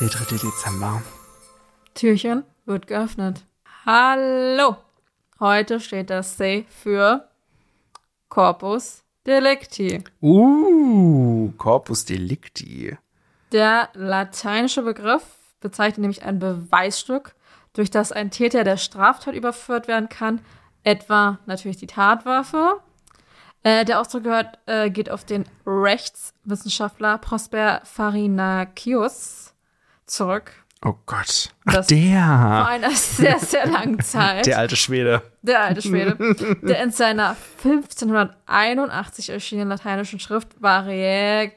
Der 3. Dezember. Türchen wird geöffnet. Hallo! Heute steht das C für Corpus Delicti. Uh, Corpus Delicti. Der lateinische Begriff bezeichnet nämlich ein Beweisstück, durch das ein Täter der Straftat überführt werden kann, etwa natürlich die Tatwaffe. Äh, der Ausdruck gehört, äh, geht auf den Rechtswissenschaftler Prosper Farinakius zurück. Oh Gott. Ach, Das- Vor der. einer sehr, sehr langen Zeit. Der alte Schwede. Der alte Schwede, der in seiner 1581 erschienenen lateinischen Schrift Variae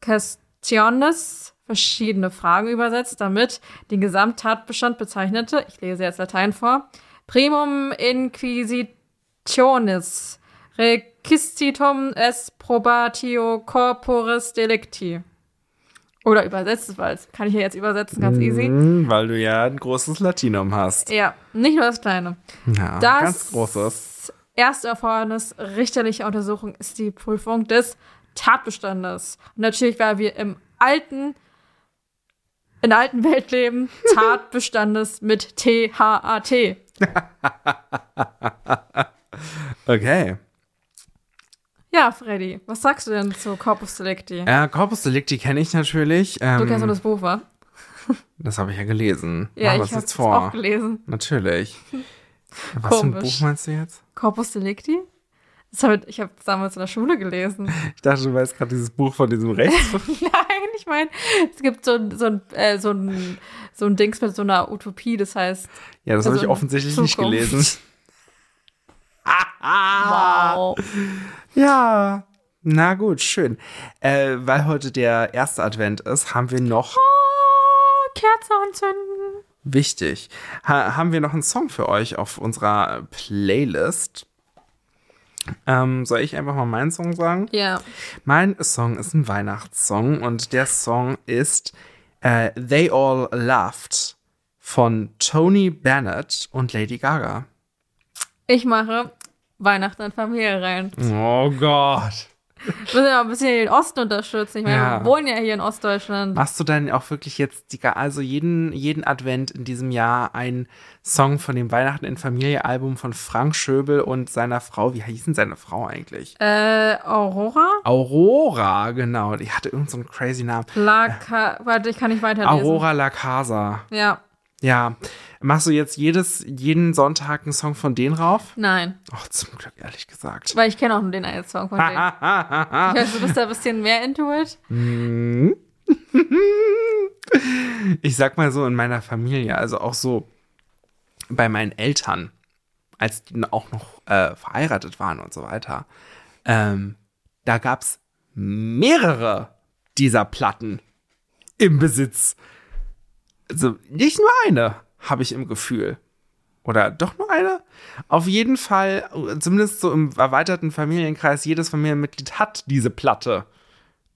Questiones verschiedene Fragen übersetzt, damit den Gesamttatbestand bezeichnete, ich lese jetzt Latein vor, Primum Inquisitionis Requisitum es probatio corporis delicti. Oder übersetzt es, weil das kann ich ja jetzt übersetzen, ganz easy. Hm, weil du ja ein großes Latinum hast. Ja, nicht nur das Kleine. Ja, Das ganz großes. erste Erfordernis richterlicher Untersuchung ist die Prüfung des Tatbestandes. Und natürlich, weil wir im alten, in der alten Welt leben, Tatbestandes mit T-H-A-T. Okay. Ja, Freddy, was sagst du denn zu Corpus Delicti? Äh, Corpus Delicti kenne ich natürlich. Ähm, Du kennst nur das Buch, wa? Das habe ich ja gelesen. Ja, Mach ich das habe jetzt es vor. auch gelesen. Natürlich. Was für ein Komisch. Buch meinst du jetzt? Corpus Delicti? Das hab ich ich habe es damals in der Schule gelesen. Ich dachte, du weißt gerade dieses Buch von diesem Rechts. Nein, ich meine, es gibt so, ein- so, ein, äh, so, ein, so ein Dings mit so einer Utopie, das heißt, Ja, das habe Also ich in offensichtlich nicht Zukunft. gelesen. wow. Ja. Na gut, schön. Äh, weil heute der erste Advent ist, haben wir noch, Oh, Kerze anzünden. wichtig, ha haben wir noch einen Song für euch auf unserer Playlist. Ähm, soll ich einfach mal meinen Song sagen? Ja. Mein Song ist ein Weihnachtssong und der Song ist äh, They All Laughed von Tony Bennett und Lady Gaga. Ich mache Weihnachten in Familie rein. Oh Gott. Wir müssen ja ein bisschen den Osten unterstützen. Ich meine, Ja. wir wohnen ja hier in Ostdeutschland. Machst du dann auch wirklich jetzt, die, Ga- also jeden, jeden Advent in diesem Jahr, einen Song von dem Weihnachten in Familie Album von Frank Schöbel und seiner Frau? Wie hieß denn seine Frau eigentlich? Äh, Aurora? Aurora, genau. Die hatte irgendeinen so einen crazy Namen. La Ca- Warte, ich kann nicht weiterlesen. Aurora La Casa. Ja. Ja. Machst du jetzt jedes, jeden Sonntag einen Song von denen rauf? Nein. Ach, zum Glück, ehrlich gesagt. Weil ich kenne auch nur den einen Song von Ah, denen. Ich weiß, du bist da ein bisschen mehr into it. Ich sag mal so in meiner Familie, also auch so bei meinen Eltern, als die auch noch äh, verheiratet waren und so weiter, ähm, da gab es mehrere dieser Platten im Besitz. Also nicht nur eine, habe ich im Gefühl. Oder doch nur eine? Auf jeden Fall, äh, zumindest so im erweiterten Familienkreis, jedes Familienmitglied hat diese Platte.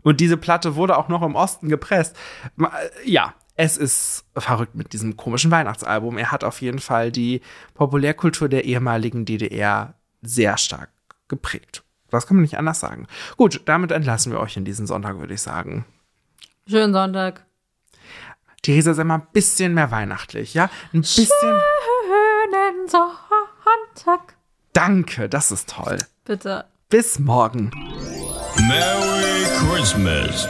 Und diese Platte wurde auch noch im Osten gepresst. Ma- äh, Ja, es ist verrückt mit diesem komischen Weihnachtsalbum. Er hat auf jeden Fall die Populärkultur der ehemaligen DDR sehr stark geprägt. Das kann man nicht anders sagen. Gut, damit entlassen wir euch in diesen Sonntag, würde ich sagen. Schönen Sonntag. Theresa, sei mal ein bisschen mehr weihnachtlich, ja? Ein bisschen. Schönen Sonntag. Danke, das ist toll. Bitte. Bis morgen. Merry Christmas